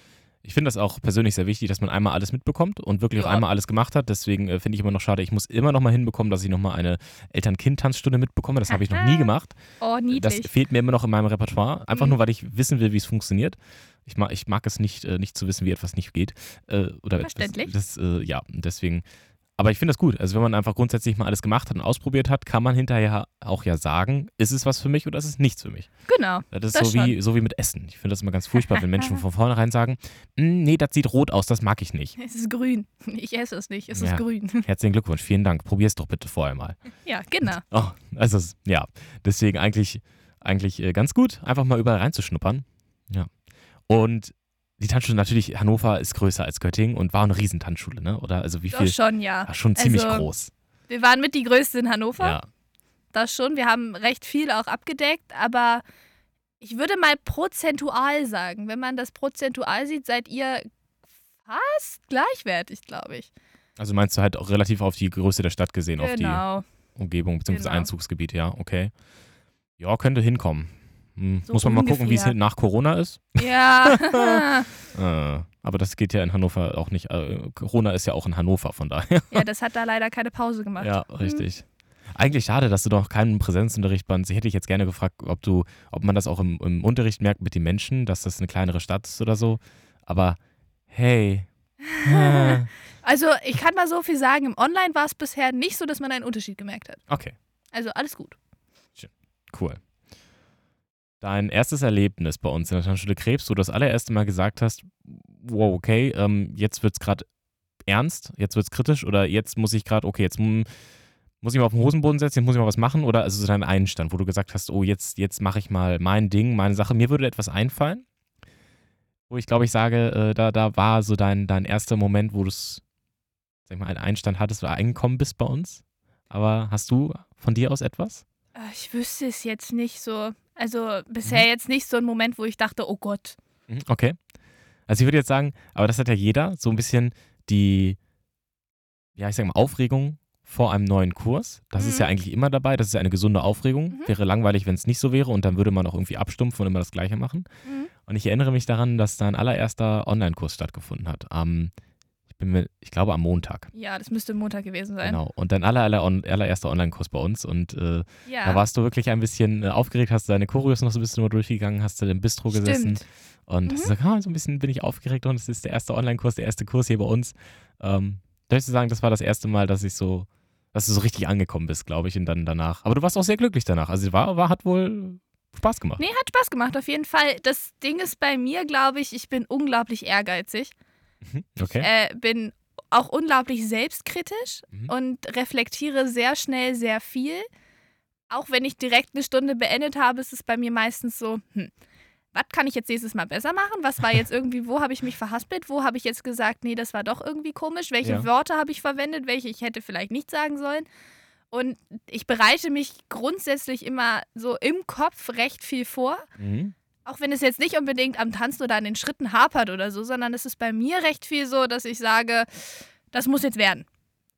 ich finde das auch persönlich sehr wichtig, dass man einmal alles mitbekommt und wirklich auch
Ja.
einmal alles gemacht hat. Deswegen äh, finde ich immer noch schade, ich muss immer noch mal hinbekommen, dass ich noch mal eine Eltern-Kind-Tanzstunde mitbekomme. Das habe ich noch nie gemacht.
Oh, niedlich.
Das fehlt mir immer noch in meinem Repertoire. Einfach
Mhm.
nur, weil ich wissen will, wie es funktioniert. Ich mag, ich mag es nicht, äh, nicht zu wissen, wie etwas nicht geht. Äh, oder etwas-
Verständlich.
Das, äh, ja, deswegen. Aber ich finde das gut. Also, wenn man einfach grundsätzlich mal alles gemacht hat und ausprobiert hat, kann man hinterher auch ja sagen, ist es was für mich oder ist es nichts für mich.
genau.
Das ist
Das
so, wie, so wie mit Essen. Ich finde das immer ganz furchtbar, wenn Menschen von vornherein sagen, "Mm, nee, das sieht rot aus, das mag ich nicht.
Es ist grün. Ich esse es nicht. Es
Ja.
ist grün.
Herzlichen Glückwunsch, vielen Dank. Probier es doch bitte vorher mal.
Ja, genau.
Oh, also es- ja, deswegen eigentlich, eigentlich äh, ganz gut, einfach mal überall reinzuschnuppern. Ja. Und die Tanzschule natürlich, Hannover ist größer als Göttingen und war eine Riesentanzschule, ne? Oder also wie
Doch
viel?
schon, ja.
Ach, schon ziemlich
Also,
groß.
Wir waren mit die Größte in Hannover.
Ja.
Das schon. Wir haben recht viel auch abgedeckt. Aber ich würde mal prozentual sagen, wenn man das prozentual sieht, seid ihr fast gleichwertig, glaube ich.
Also meinst du halt auch relativ auf die Größe der Stadt gesehen, auf die
genau.
Umgebung bzw.
Genau.
Einzugsgebiet, ja, okay. Ja, könnte hinkommen. Hm,
So
Muss man mal gucken, wie es
ungefähr.
nach Corona ist.
Ja.
Äh, aber das geht ja in Hannover auch nicht. Äh, Corona ist ja auch in Hannover, von daher.
ja, das hat da leider keine Pause gemacht. Mhm.
Ja, richtig. Eigentlich schade, dass du noch keinen Präsenzunterricht bei uns. Ich hätte dich jetzt gerne gefragt, ob du, ob man das auch im, im Unterricht merkt mit den Menschen, dass das eine kleinere Stadt ist oder so. Aber hey. Äh,
Also ich kann mal so viel sagen, im Online war es bisher nicht so, dass man einen Unterschied gemerkt hat.
okay,
Also alles gut.
cool. Dein erstes Erlebnis bei uns in der Tanzschule Krebs, wo du das allererste Mal gesagt hast, wow, okay, ähm, jetzt wird's gerade ernst, jetzt wird's kritisch oder jetzt muss ich gerade, okay, jetzt mm, muss ich mal auf den Hosenboden setzen, jetzt muss ich mal was machen oder also so dein Einstand, wo du gesagt hast, oh, jetzt, jetzt mache ich mal mein Ding, meine Sache, mir würde etwas einfallen, wo ich glaube, ich sage, äh, da, da war so dein, dein erster Moment, wo du es, sag ich mal, einen Einstand hattest oder eingekommen bist bei uns, aber hast du von dir aus etwas?
Äh, Ich wüsste es jetzt nicht so. Also bisher jetzt nicht so ein Moment, wo ich dachte, oh Gott.
Mhm, Okay. Also ich würde jetzt sagen, aber das hat ja jeder, so ein bisschen die, ja, ich sag mal, Aufregung vor einem neuen Kurs. Das ist ja
Mhm.
eigentlich immer dabei. Das ist ja eine gesunde Aufregung.
Mhm.
Wäre langweilig, wenn es nicht so wäre und dann würde man auch irgendwie abstumpfen und immer das Gleiche machen.
Mhm.
Und ich erinnere mich daran, dass dein allererster Online-Kurs stattgefunden hat. Am, ich bin mir, ich glaube am Montag.
Ja, das müsste Montag gewesen sein.
Genau. Und dein aller, aller, on- allererster Online-Kurs bei uns. Und äh,
Ja.
da warst du wirklich ein bisschen äh, aufgeregt, hast deine Choreos noch so ein bisschen nur durchgegangen, hast du im Bistro gesessen.
Stimmt.
Und mhm.
Mhm.
hast gesagt, ah, so ein bisschen bin ich aufgeregt und es ist der erste Online-Kurs, der erste Kurs hier bei uns. Ähm, darf ich so sagen, das war das erste Mal, dass ich so, dass du so richtig angekommen bist, glaube ich, und dann danach. Aber du warst auch sehr glücklich danach. Also war, war hat wohl Spaß gemacht.
Nee, hat Spaß gemacht, auf jeden Fall. Das Ding ist bei mir, glaube ich, ich bin unglaublich ehrgeizig.
Mhm. Okay.
Äh, bin auch unglaublich selbstkritisch
Mhm.
und reflektiere sehr schnell sehr viel. Auch wenn ich direkt eine Stunde beendet habe, ist es bei mir meistens so, hm, was kann ich jetzt nächstes Mal besser machen? Was war jetzt irgendwie, wo habe ich mich verhaspelt? Wo habe ich jetzt gesagt, nee, das war doch irgendwie komisch? Welche
Ja.
Worte habe ich verwendet? Welche ich hätte vielleicht nicht sagen sollen? Und ich bereite mich grundsätzlich immer so im Kopf recht viel vor
Mhm.
auch wenn es jetzt nicht unbedingt am Tanzen oder an den Schritten hapert oder so, sondern es ist bei mir recht viel so, dass ich sage, das muss jetzt werden.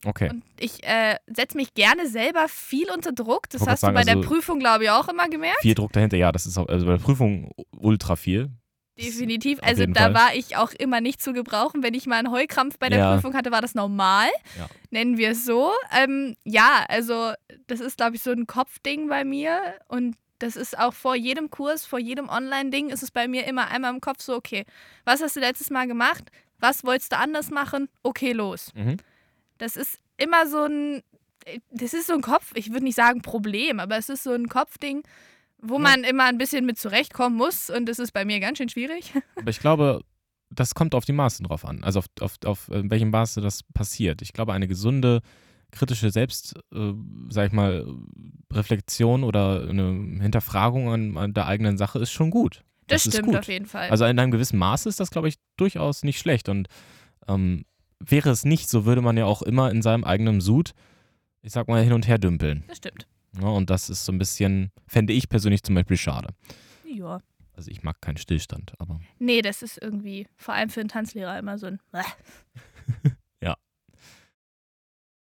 Okay.
Und ich äh, setze mich gerne selber viel unter Druck. Das
Wollte
hast
gerade
du bei
sagen,
der
also-
Prüfung, glaube ich, auch immer gemerkt.
Viel Druck dahinter, ja, das ist auch, also bei der Prüfung ultra viel.
Definitiv.
Auf
Also
jeden
da
Fall.
war ich auch immer nicht zu gebrauchen. Wenn ich mal einen Heulkrampf bei der
Ja.
Prüfung hatte, war das normal.
Ja.
Nennen wir es so. Ähm, ja, also das ist, glaube ich, so ein Kopfding bei mir. Und das ist auch vor jedem Kurs, vor jedem Online-Ding ist es bei mir immer einmal im Kopf so, okay, was hast du letztes Mal gemacht? Was wolltest du anders machen? Okay, los.
Mhm.
Das ist immer so ein, äh, das ist so ein Kopf, ich würde nicht sagen Problem, aber es ist so ein Kopfding, wo
Ja.
man immer ein bisschen mit zurechtkommen muss. Und das ist bei mir ganz schön schwierig.
Aber ich glaube, das kommt auf die Maße drauf an. Also auf, auf, auf äh, welchem Maße das passiert. Ich glaube, eine gesunde, kritische Selbst, äh, sag ich mal, Reflexion oder eine Hinterfragung an, an der eigenen Sache ist schon gut.
Das,
ist
stimmt
gut.
auf jeden Fall.
Also in einem gewissen Maße ist das, glaube ich, durchaus nicht schlecht. Und ähm, wäre es nicht, so würde man ja auch immer in seinem eigenen Sud, ich sag mal, hin und her dümpeln.
das stimmt.
Ja, und das ist so ein bisschen, fände ich persönlich zum Beispiel schade.
Ja.
Also ich mag keinen Stillstand, aber.
Nee, das ist irgendwie, vor allem für einen Tanzlehrer immer so ein.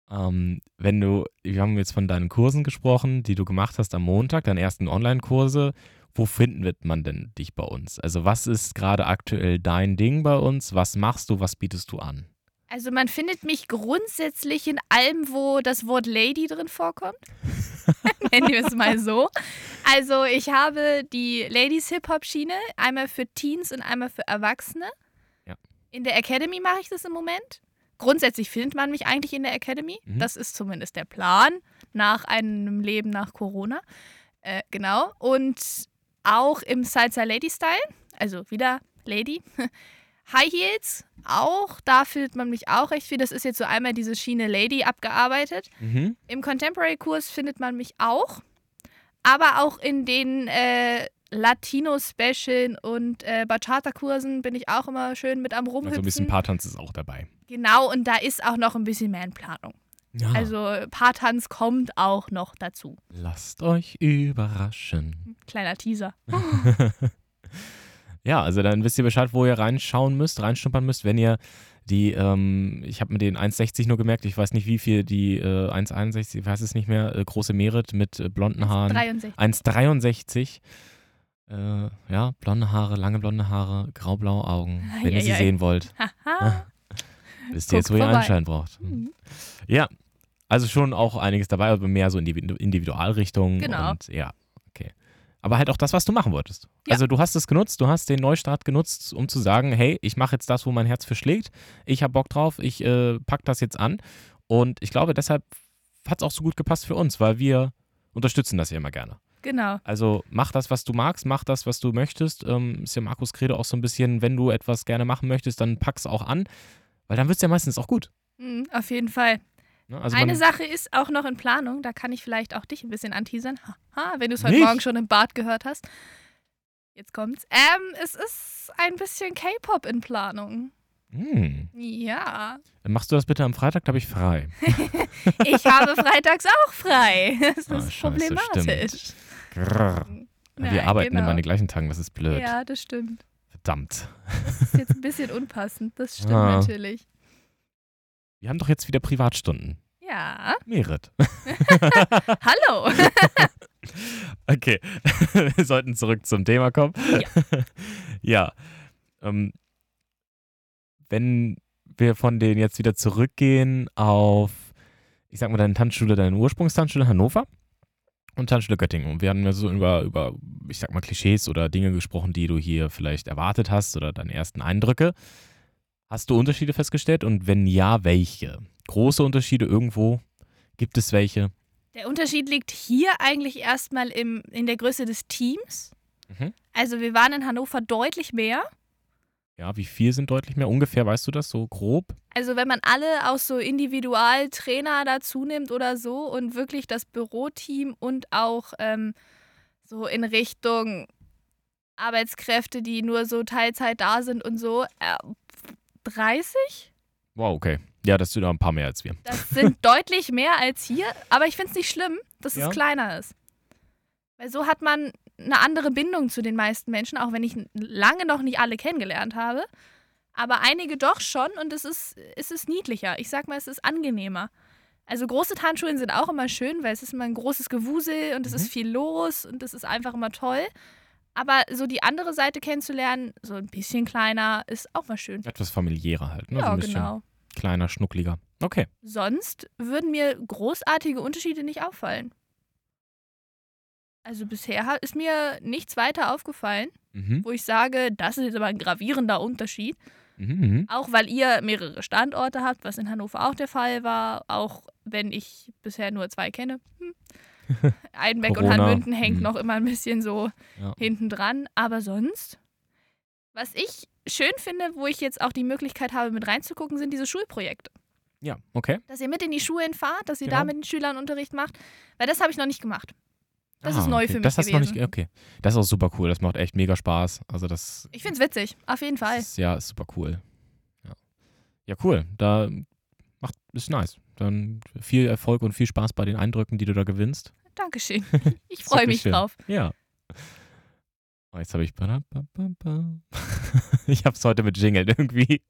Ähm, wenn du, wir haben jetzt von deinen Kursen gesprochen, die du gemacht hast am Montag, deine ersten Online-Kurse. Wo finden wird man denn dich bei uns? Also was ist gerade aktuell dein Ding bei uns? Was machst du? Was bietest du an?
Also man findet mich grundsätzlich in allem, wo das Wort Lady drin vorkommt. Nennen wir es mal so. Also ich habe die Ladies Hip-Hop-Schiene, einmal für Teens und einmal für Erwachsene.
Ja.
In der Academy mache ich das im Moment. Grundsätzlich findet man mich eigentlich in der Academy.
Mhm.
Das ist zumindest der Plan nach einem Leben nach Corona. Äh, genau. Und auch im Salsa Lady Style, also wieder Lady. High Heels auch, da findet man mich auch recht viel. Das ist jetzt so einmal diese Schiene Lady abgearbeitet.
Mhm.
Im Contemporary-Kurs findet man mich auch, aber auch in den äh, Latino-Specialen und äh, Bachata-Kursen bin ich auch immer schön mit am Rumhüpfen.
Also ein bisschen Paartanz ist auch dabei.
genau, und da ist auch noch ein bisschen Manplanung.
Ja.
Also Paartanz kommt auch noch dazu.
Lasst euch überraschen.
Kleiner Teaser.
Ja, also dann wisst ihr Bescheid, wo ihr reinschauen müsst, reinschnuppern müsst, wenn ihr die, ähm, ich habe mir den 1,60 nur gemerkt, ich weiß nicht wie viel, die äh, 1,61, ich weiß es nicht mehr, äh, große Merit mit äh, blonden Haaren.
63.
1,63. Äh, ja, blonde Haare, lange blonde Haare, graublaue Augen, wenn ihr sie
Eieiei.
sehen wollt. Ah.
Haha.
Wisst ihr jetzt, wo
Guckt
ihr
vorbei.
Anschein braucht.
Mhm.
Ja, also schon auch einiges dabei, aber mehr so in die Individualrichtung.
Genau.
Und, ja, okay. Aber halt auch das, was du machen wolltest.
Ja.
Also du hast es genutzt, du hast den Neustart genutzt, um zu sagen, hey, ich mache jetzt das, wo mein Herz für schlägt. Ich habe Bock drauf, ich äh, pack das jetzt an. Und ich glaube, deshalb hat es auch so gut gepasst für uns, weil wir unterstützen das ja immer gerne.
Genau.
Also mach das, was du magst, mach das, was du möchtest. Ähm, ist ja Markus Krede auch so ein bisschen, wenn du etwas gerne machen möchtest, dann pack's auch an, weil dann wird's ja meistens auch gut.
Mhm, auf jeden Fall.
Ne? Also
Eine
man-
Sache ist auch noch in Planung, da kann ich vielleicht auch dich ein bisschen anteasern, Haha, wenn du es heute
Mich?
Morgen schon im Bad gehört hast. Jetzt kommt's. Ähm, es ist ein bisschen K-Pop in Planung.
Hm.
Ja.
Dann machst du das bitte am Freitag, da habe ich frei.
Ich habe freitags auch frei. Das
Ah,
ist
scheiße,
problematisch.
Grrr. Wir
Ja,
arbeiten
genau.
immer an den gleichen Tagen, das ist blöd.
Ja, das stimmt.
Verdammt.
Das ist jetzt ein bisschen unpassend. Das stimmt
Ah.
natürlich.
Wir haben doch jetzt wieder Privatstunden.
Ja.
Merit.
Hallo.
Okay, wir sollten zurück zum Thema kommen. Ja. Ähm, wenn wir von denen jetzt wieder zurückgehen auf, ich sag mal, deine Tanzschule, deine Ursprungstanzschule Hannover und Tanzschule Göttingen. Und wir haben ja so über, über, ich sag mal, Klischees oder Dinge gesprochen, die du hier vielleicht erwartet hast oder deine ersten Eindrücke. Hast du Unterschiede festgestellt? Und wenn ja, welche? Große Unterschiede irgendwo? Gibt es welche?
Der Unterschied liegt hier eigentlich erstmal im, in der Größe des Teams.
Mhm.
Also wir waren in Hannover deutlich mehr.
Ja, wie viel sind deutlich mehr? Ungefähr, weißt du das so grob?
Also wenn man alle auch so Individualtrainer dazu nimmt oder so und wirklich das Büroteam und auch ähm, so in Richtung Arbeitskräfte, die nur so Teilzeit da sind und so, äh, 30?
Wow, okay. Ja, das sind noch ein paar mehr als wir.
Das sind deutlich mehr als hier, aber ich finde es nicht schlimm, dass
Ja.
es kleiner ist. Weil so hat man eine andere Bindung zu den meisten Menschen, auch wenn ich lange noch nicht alle kennengelernt habe. Aber einige doch schon und es ist, es ist niedlicher. Ich sag mal, es ist angenehmer. Also große Tanzschulen sind auch immer schön, weil es ist immer ein großes Gewusel und es
Mhm.
ist viel los und es ist einfach immer toll. Aber so die andere Seite kennenzulernen, so ein bisschen kleiner, ist auch mal schön.
Etwas familiärer halt, ne? so
Ja,
ein bisschen
genau.
kleiner, schnuckliger. Okay.
Sonst würden mir großartige Unterschiede nicht auffallen. Also bisher ha- ist mir nichts weiter aufgefallen,
Mhm.
wo ich sage, das ist jetzt aber ein gravierender Unterschied.
Mhm. mhm.
Auch weil ihr mehrere Standorte habt, was in Hannover auch der Fall war, auch wenn ich bisher nur zwei kenne. Hm. Einbeck und
Corona,
Hanmünden hängt
hm.
noch immer ein bisschen so
Ja.
hinten dran, aber sonst. Was ich schön finde, wo ich jetzt auch die Möglichkeit habe, mit reinzugucken, sind diese Schulprojekte.
Ja, okay.
Dass ihr mit in die Schulen fahrt, dass ihr
Genau.
da mit den Schülern Unterricht macht, weil das habe ich noch nicht gemacht. Das
Ah,
ist neu
okay.
für mich
das hast du Noch
gewesen.
nicht, ge- okay. Das ist auch super cool. Das macht echt mega Spaß. Also das
Ich finde es witzig, auf jeden Fall.
Ist, ja, ist super cool. Ja, ja cool. Da macht ist nice. Dann viel Erfolg und viel Spaß bei den Eindrücken, die du da gewinnst.
Dankeschön. Ich
Ist
freue
wirklich
mich
schön.
drauf.
Ja. Oh, jetzt habe ich. ba- ba- ba- ba. Ich habe es heute mit Jingle irgendwie.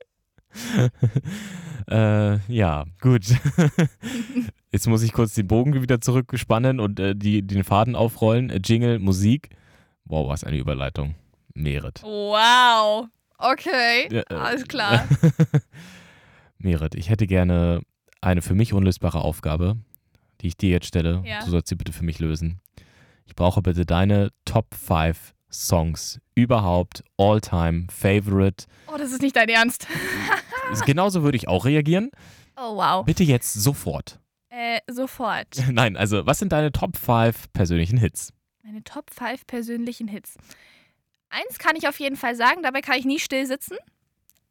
äh, ja, gut. Jetzt muss ich kurz den Bogen wieder zurückspannen und äh, die, den Faden aufrollen. Äh, Jingle, Musik. Wow, was eine Überleitung. Merit.
Wow. Okay,
Ja, äh,
alles klar.
Merit, ich hätte gerne eine für mich unlösbare Aufgabe, die ich dir jetzt stelle.
Ja.
Du sollst sie bitte für mich lösen. Ich brauche bitte deine Top 5 Songs überhaupt, all-time, favorite.
Oh, das ist nicht dein Ernst. Ah.
Genauso würde ich auch reagieren.
Oh, wow.
Bitte jetzt sofort.
Äh, sofort.
Nein, also was sind deine Top 5 persönlichen Hits?
Meine Top 5 persönlichen Hits. Eins kann ich auf jeden Fall sagen, dabei kann ich nie still sitzen.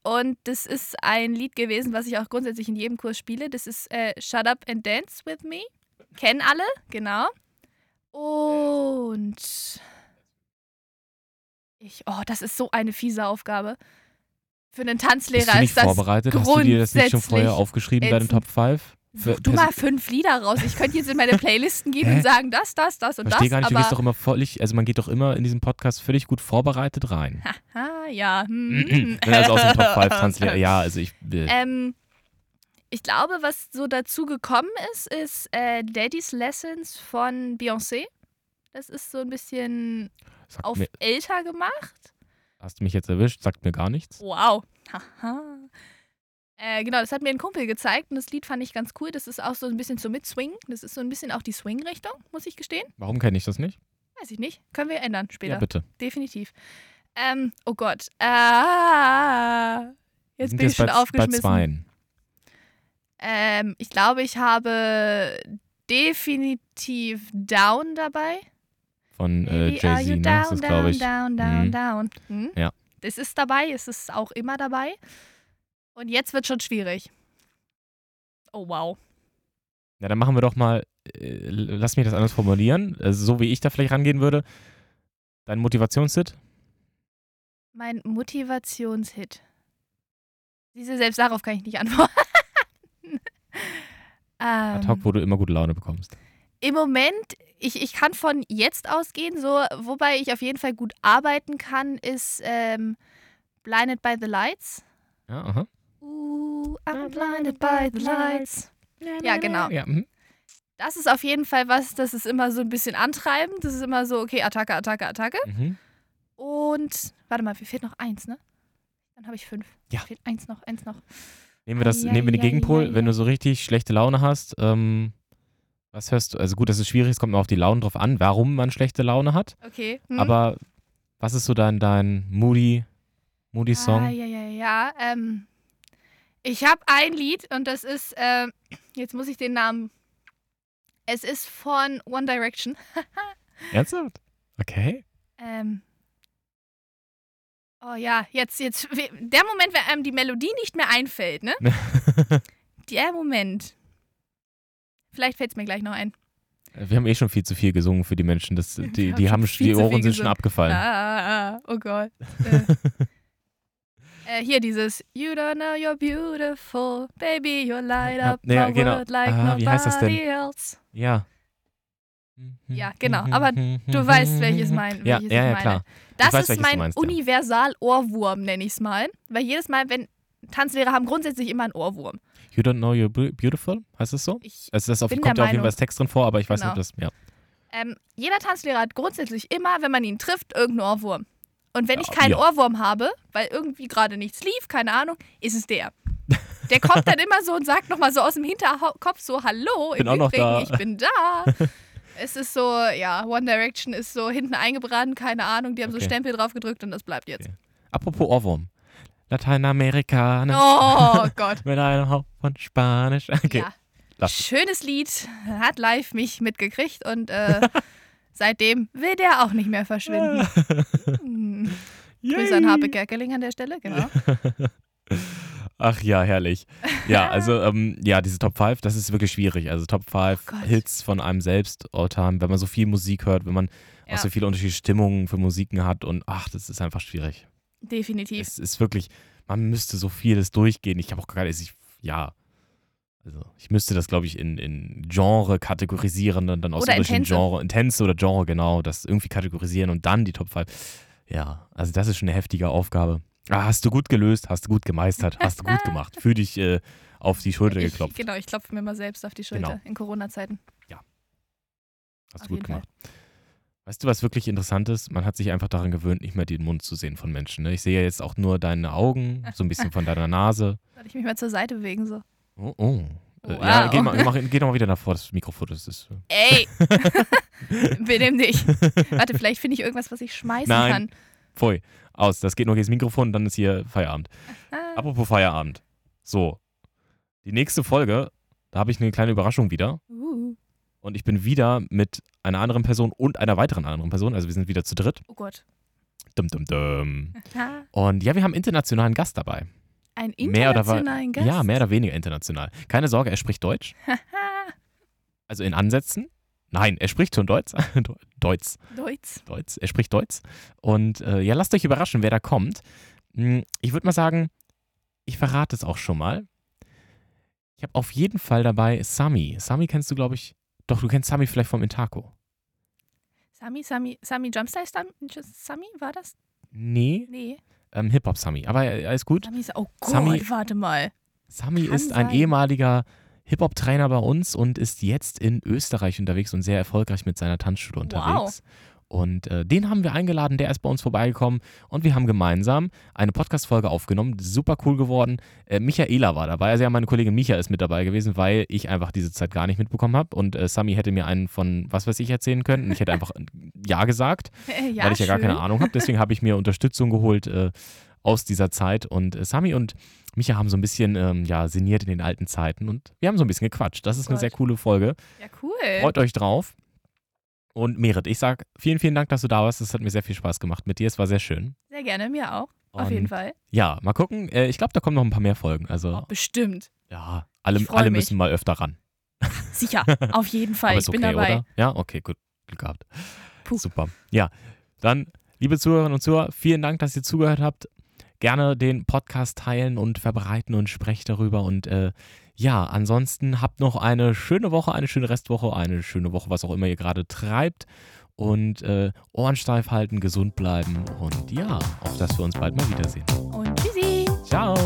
Und das ist ein Lied gewesen, was ich auch grundsätzlich in jedem Kurs spiele. Das ist äh, Shut Up and Dance with Me. Kennen alle, genau. Und ich, oh, das ist so eine fiese Aufgabe. Für einen
Bist du
Tanzlehrer
nicht
ist das.
vorbereitet? Hast du dir das nicht schon
grundsätzlich
vorher aufgeschrieben, deine
ätzend.
Top 5?
Such du mal fünf Lieder raus. Ich könnte jetzt in meine Playlisten gehen
Hä?
und sagen, das, das, das und
Verstehe
das.
gar nicht, du
aber
gehst doch immer völlig, also man geht doch immer in diesem Podcast völlig gut vorbereitet rein.
ah, ja. Hm.
Mhm. also aus dem Top 5 Tanzlehrer. Ja, also ich. Äh,
Ähm, ich glaube, was so dazu gekommen ist, ist äh, Daddy's Lessons von Beyoncé. Das ist so ein bisschen
sagt
auf
mir,
älter gemacht.
hast du mich jetzt erwischt? Sagt mir gar nichts.
Wow. Haha. Äh, genau, das hat mir ein Kumpel gezeigt und das Lied fand ich ganz cool. Das ist auch so ein bisschen so mit Swing. Das ist so ein bisschen auch die Swing-Richtung, muss ich gestehen.
Warum kenne ich das nicht?
Weiß ich nicht. Können wir ändern später.
Ja, bitte.
Definitiv. Ähm, oh Gott. Ah,
Wir
jetzt
sind
bin ich schon
bei,
aufgeschmissen.
Bei zweien.
Ähm, ich glaube, ich habe definitiv Down dabei.
Von äh,
Baby, are you
Jay-Z, ne? Das ist, glaube ich.
Down, down,
Mhm.
down. Hm?
Ja.
Das ist dabei, es ist auch immer dabei. Und jetzt wird schon schwierig. Oh, wow.
Na, dann machen wir doch mal. Äh, lass mich das anders formulieren. Also, so wie ich da vielleicht rangehen würde. Dein Motivationshit?
Mein Motivationshit. Siehst du, selbst darauf kann ich nicht antworten.
Ad hoc,
ähm,
wo du immer gute Laune bekommst.
Im Moment, ich, ich kann von jetzt ausgehen, so, wobei ich auf jeden Fall gut arbeiten kann, ist ähm, Blinded by the Lights.
Ja, aha.
Ooh, I'm Ah, blinded by the lights. Ja, genau.
Ja, mhm.
Das ist auf jeden Fall was, das ist immer so ein bisschen antreibend. Das ist immer so, okay, Attacke, Attacke, Attacke.
Mhm.
Und, warte mal, mir fehlt noch eins, ne? Dann habe ich fünf.
Ja.
Fehlt eins noch, eins noch.
Nehmen wir, das,
Ai,
nehmen wir den
ai, ai,
Gegenpol.
ai,
Wenn
ai.
du so richtig schlechte Laune hast, ähm, was hörst du? Also gut, das ist schwierig, es kommt immer auf die Laune drauf an, warum man schlechte Laune hat.
Okay. hm?
Aber was ist so dein, dein Moody, Moody Song?
Ah, ja, ja, ja. Ähm, ich habe ein Lied und das ist, ähm, jetzt muss ich den Namen. Es ist von One Direction.
Ernsthaft? Okay.
Ähm, oh ja, jetzt, jetzt, we- der Moment, wenn einem die Melodie nicht mehr einfällt, ne? Der Moment. Vielleicht fällt es mir gleich noch ein.
Wir haben eh schon viel zu viel gesungen für die Menschen. Das, die,
haben
die,
schon
haben,
viel
die
zu viel
Ohren sind schon
gesungen.
abgefallen.
Ah, oh Gott. Äh. Äh, hier dieses You don't know you're beautiful, baby, you light
Ja,
up
nee, ja,
my
genau.
world like
Ah,
nobody
wie heißt das denn?
else.
Ja.
Ja, genau. Aber du weißt, welches mein-
Ja,
welches
ja,
ich
ja,
meine.
klar.
Das
weiß,
ist
welches du
mein
meinst, ja.
Universal-Ohrwurm, nenne ich es mal. Weil jedes Mal, wenn Tanzlehrer haben grundsätzlich immer einen Ohrwurm.
You don't know you're bu- beautiful? Heißt das so?
Ich,
Also das auf,
Bin
kommt
der
ja auf jeden
Meinung.
Fall als Text drin vor, aber ich weiß nicht, ob
Genau.
das. Ja.
ähm, jeder Tanzlehrer hat grundsätzlich immer, wenn man ihn trifft, irgendeinen Ohrwurm. Und wenn
Ja,
ich keinen
ja.
Ohrwurm habe, weil irgendwie gerade nichts lief, keine Ahnung, ist es der. Der kommt dann immer so und sagt nochmal so aus dem Hinterkopf so, hallo,
Bin
im
auch noch
Übrigen,
da."
ich bin da. es ist so, ja, One Direction ist so hinten eingebrannt, keine Ahnung, die haben so
Okay.
Stempel drauf gedrückt und das bleibt jetzt.
Apropos Ohrwurm. Lateinamerikaner
Oh Gott.
mit einem Hauch von Spanisch. Okay.
Ja.
lass es.
Schönes Lied. Hat live mich mitgekriegt und äh, seitdem will der auch nicht mehr verschwinden. Hm. Grüße an Harpe Kerkeling an der Stelle, genau.
Ach ja, herrlich. Ja, also ähm, ja, diese Top 5, das ist wirklich schwierig. Also Top 5
Oh Gott.
Hits von einem selbst, Alltime, wenn man so viel Musik hört, wenn man
Ja.
auch so viele unterschiedliche Stimmungen für Musiken hat und ach, das ist einfach schwierig.
Definitiv.
Es ist wirklich, man müsste so vieles durchgehen. Ich habe auch gerade, ich, ja, also ich müsste das, glaube ich, in, in Genre kategorisieren und dann aus
Oder
unterschiedlichen
Intense.
Genre, Intense oder Genre, genau, das irgendwie kategorisieren und dann die Top 5. Ja, also das ist schon eine heftige Aufgabe. Ah, hast du gut gelöst, hast du gut gemeistert, hast du gut gemacht. Fühl dich äh, auf die Schulter
ich,
geklopft.
Genau, ich klopfe mir mal selbst auf die Schulter
Genau.
in Corona-Zeiten.
Hast
Auf
du gut
jeden Fall.
gemacht. Weißt du, was wirklich interessant ist? Man hat sich einfach daran gewöhnt, nicht mehr den Mund zu sehen von Menschen. Ne? Ich sehe ja jetzt auch nur deine Augen, so ein bisschen von deiner Nase.
Soll ich mich mal zur Seite bewegen so?
Oh, oh. Äh, Ja,
Wow.
geh, mal, mach, geh doch mal wieder nach vor, das Mikrofon das ist. äh,
Ey! Benimm dich. Warte, vielleicht finde ich irgendwas, was ich schmeißen
Nein. Pfui, aus. Das geht nur gegen das Mikrofon, dann ist hier Feierabend.
kann. Ah,
Apropos Feierabend. So. Die nächste Folge, da habe ich eine kleine Überraschung wieder.
uh,
Und ich bin wieder mit einer anderen Person und einer weiteren anderen Person. Also wir sind wieder zu dritt.
oh Gott.
Dum, dum, dum.
Ah,
Und ja, wir haben einen internationalen Gast dabei.
Ein
Mehr oder wa-
internationalen Gast.
Ja, mehr oder weniger international. Keine Sorge, er spricht Deutsch. Also in Ansätzen. Nein, er spricht schon Deutsch. Deu- Deutsch.
Deutsch.
Deutsch. Er spricht Deutsch. Und äh, ja, lasst euch überraschen, wer da kommt. Hm, Ich würde mal sagen, ich verrate es auch schon mal. Ich habe auf jeden Fall dabei Sami. Sami kennst du, glaube ich. Doch, du kennst Sami vielleicht vom Intaco.
Sami, Sami, Sami Jumpstyle, Sami, Sami, war das?
Nee,
Nee.
ähm, Hip-Hop-Sami. Aber äh, alles gut.
Sami ist, oh Gott,
Sami-
warte mal.
Sami
Kann
ist ein
sein.
ehemaliger Hip-Hop-Trainer bei uns und ist jetzt in Österreich unterwegs und sehr erfolgreich mit seiner Tanzschule unterwegs. Und äh, den haben wir eingeladen, der ist bei uns vorbeigekommen und wir haben gemeinsam eine Podcast-Folge aufgenommen, super cool geworden. Äh, Michaela war dabei, also ja, meine Kollegin Micha ist mit dabei gewesen, weil ich einfach diese Zeit gar nicht mitbekommen habe und äh, Sami hätte mir einen von was weiß ich erzählen können und ich hätte einfach äh, Ja gesagt
Äh, ja,
weil ich ja gar
schön.
keine Ahnung habe. Deswegen habe ich mir Unterstützung geholt äh, aus dieser Zeit. Und äh, Sami und Micha haben so ein bisschen ähm, ja, sinniert in den alten Zeiten und wir haben so ein bisschen gequatscht. Das ist eine
Gott. Äh.
sehr coole Folge.
Ja, cool.
Freut euch drauf. Und Merit, ich sag vielen, vielen Dank, dass du da warst. Es hat mir sehr viel Spaß gemacht mit dir. Es war sehr schön.
Sehr gerne, mir auch. Auf
Und
jeden Fall.
Ja, mal gucken. Äh, ich glaube, da kommen noch ein paar mehr Folgen. Also,
Oh, bestimmt.
ja, alle,
Ich freu
alle
mich.
müssen mal öfter ran.
Sicher, auf jeden Fall.
Aber
ich
ist okay,
bin dabei.
oder? Ja, okay, gut. Glück gehabt.
Puh.
Super. Ja, dann, liebe Zuhörerinnen und Zuhörer, vielen Dank, dass ihr zugehört habt. Gerne den Podcast teilen und verbreiten und sprecht darüber. Und äh, ja, ansonsten habt noch eine schöne Woche, eine schöne Restwoche, eine schöne Woche, was auch immer ihr gerade treibt. Und äh, Ohren steif halten, gesund bleiben und ja, auf dass wir uns bald mal wiedersehen.
Und tschüssi.
Ciao!